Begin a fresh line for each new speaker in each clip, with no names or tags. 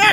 é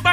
da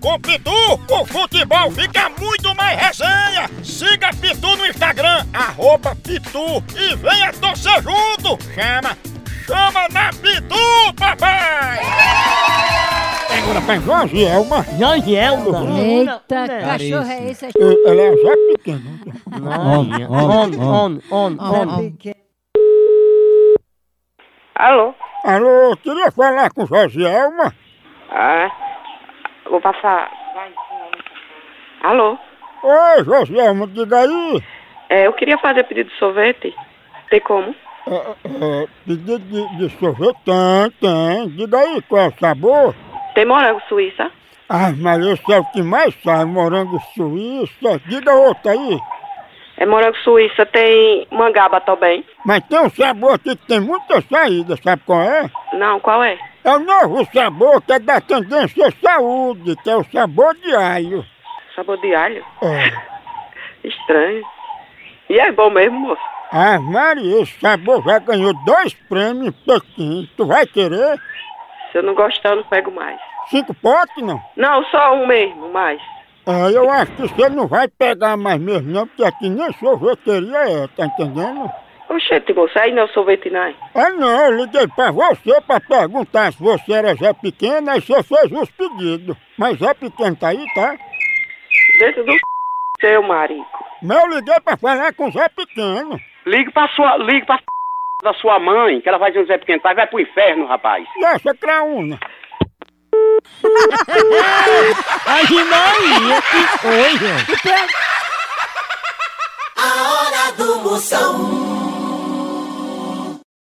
Com Pitu, o futebol fica muito mais resenha. Siga Pitu no Instagram, arroba Pitu e venha torcer junto. Chama, chama na Pitu, papai! Agora, é pra Jorgelma,
Jangelma.
Eita, cachorro é esse?
ela é já pequena.
On, on, on, on, on.
Alô?
Alô, queria falar com Jorgelma.
Ah, vou passar. Vai. Alô?
Oi, Jorgelma, diga aí.
É, eu queria fazer pedido de sorvete. Tem como?
É, é, pedido de, de sorvete, tem, tem. Diga aí qual é o sabor.
Tem morango suíça?
Ah, mas esse é o que mais sai, morango suíça. Diga outro aí.
É morango suíça, tem mangaba também.
Mas tem um sabor aqui que tem muita saída, sabe qual é?
Não, qual é?
É o novo sabor que é da tendência à saúde, que é o sabor de alho.
Sabor de alho?
É.
Estranho. E é bom mesmo, moço?
Ah, Maria, esse sabor já ganhou dois prêmios em Pequim. Tu vai querer?
Se eu não gostar, eu não pego mais.
Cinco potes, não?
Não, só um mesmo, mais.
Ah, eu acho que você não vai pegar mais mesmo, não, porque aqui nem sorveteria é, tá entendendo?
Oxente, moço, aí não é sorvete, não.
Ah, não, eu liguei pra você pra perguntar se você era Zé Pequeno, aí você fez os pedidos. Mas Zé Pequeno tá aí, tá?
Dentro do c... seu marico.
Mas eu liguei pra falar com o Zé Pequeno.
Ligue pra sua. Ligue pra da sua mãe, que ela vai dizer um Zé Pequeno Pai, vai pro inferno, rapaz.
E essa é craúna?
Ai, que maria, que coisa.
A hora do Moção.